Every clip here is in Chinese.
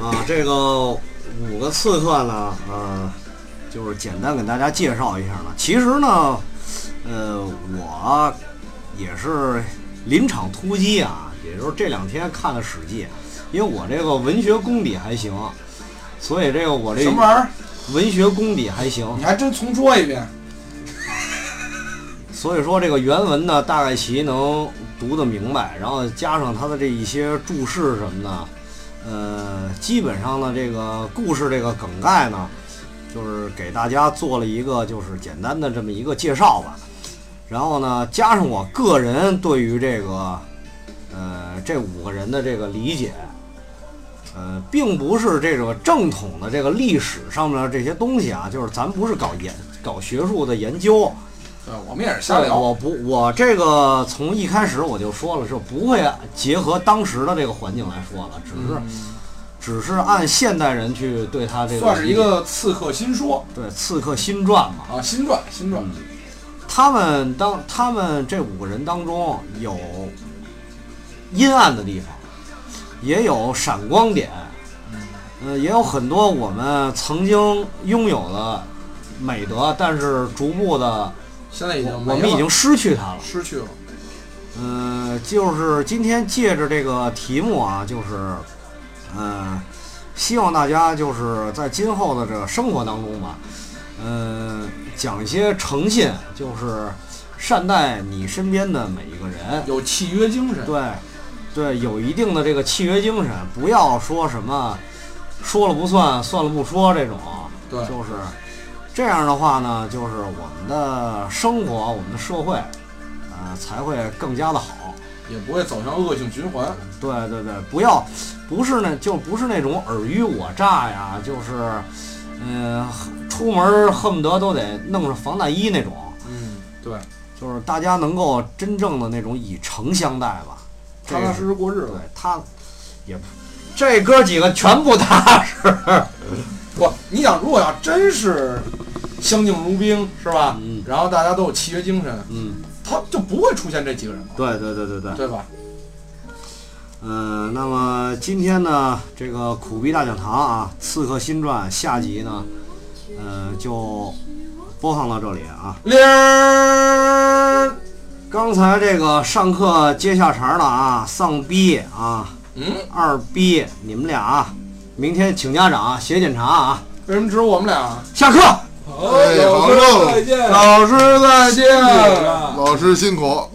啊，这个五个刺客呢，呃，就是简单给大家介绍一下吧。其实呢，呃，我也是临场突击啊，也就是这两天看的《史记》，啊因为我这个文学功底还行，所以这个我这什么玩意儿？文学功底还行，你还真重说一遍。所以说这个原文呢，大概其能读得明白，然后加上它的这一些注释什么的，呃，基本上呢，这个故事这个梗概呢，就是给大家做了一个就是简单的这么一个介绍吧。然后呢，加上我个人对于这个，呃，这五个人的这个理解，呃，并不是这个正统的这个历史上面这些东西啊，就是咱不是搞研搞学术的研究，对，我们也是瞎聊。啊我不，我这个从一开始我就说了，是不会结合当时的这个环境来说的，只是、只是按现代人去对他这嗯个嗯算是一个刺客新说对《刺客新传》嘛。啊，新传新传。嗯他们当他们这五个人当中有阴暗的地方，也有闪光点，嗯呃，也有很多我们曾经拥有的美德，但是逐步的现在已经我没我们已了经失去它了。失去了。嗯，就是今天借着这个题目啊，就是，嗯，希望大家就是在今后的这个生活当中吧，嗯，讲一些诚信，就是善待你身边的每一个人，有契约精神。对，对，有一定的这个契约精神，不要说什么说了不算，算了不说这种，对就是这样的话呢，就是我们的生活，我们的社会，呃，才会更加的好。也不会走向恶性循环。对对对，不要，不是那就不是那种尔虞我诈呀，就是，嗯、出门恨不得都得弄上防弹衣那种，嗯，对，就是大家能够真正的那种以诚相待吧。这踏踏个实实过日对子。他也不，这哥几个全不踏实。不，你想，如果要真是相敬如宾，是吧？嗯然后大家都有契约精神，嗯，他就不会出现这几个人了，对对对对对。对吧？嗯，那么今天呢，这个苦逼大讲堂啊，《刺客新传》下集呢，呃，就播放到这里啊。铃儿，刚才这个上课接下茬了啊，丧逼啊，嗯，二逼，你们俩啊，明天请家长啊写检查啊，为什么只有我们俩？下课。好哎好肉再见，老师再再见，见。老师辛苦。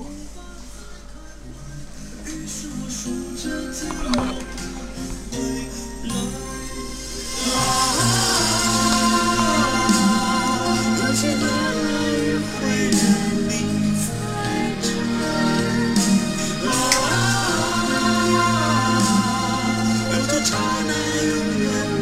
那些年来约会的你在这儿，啊，有多长呢？永远。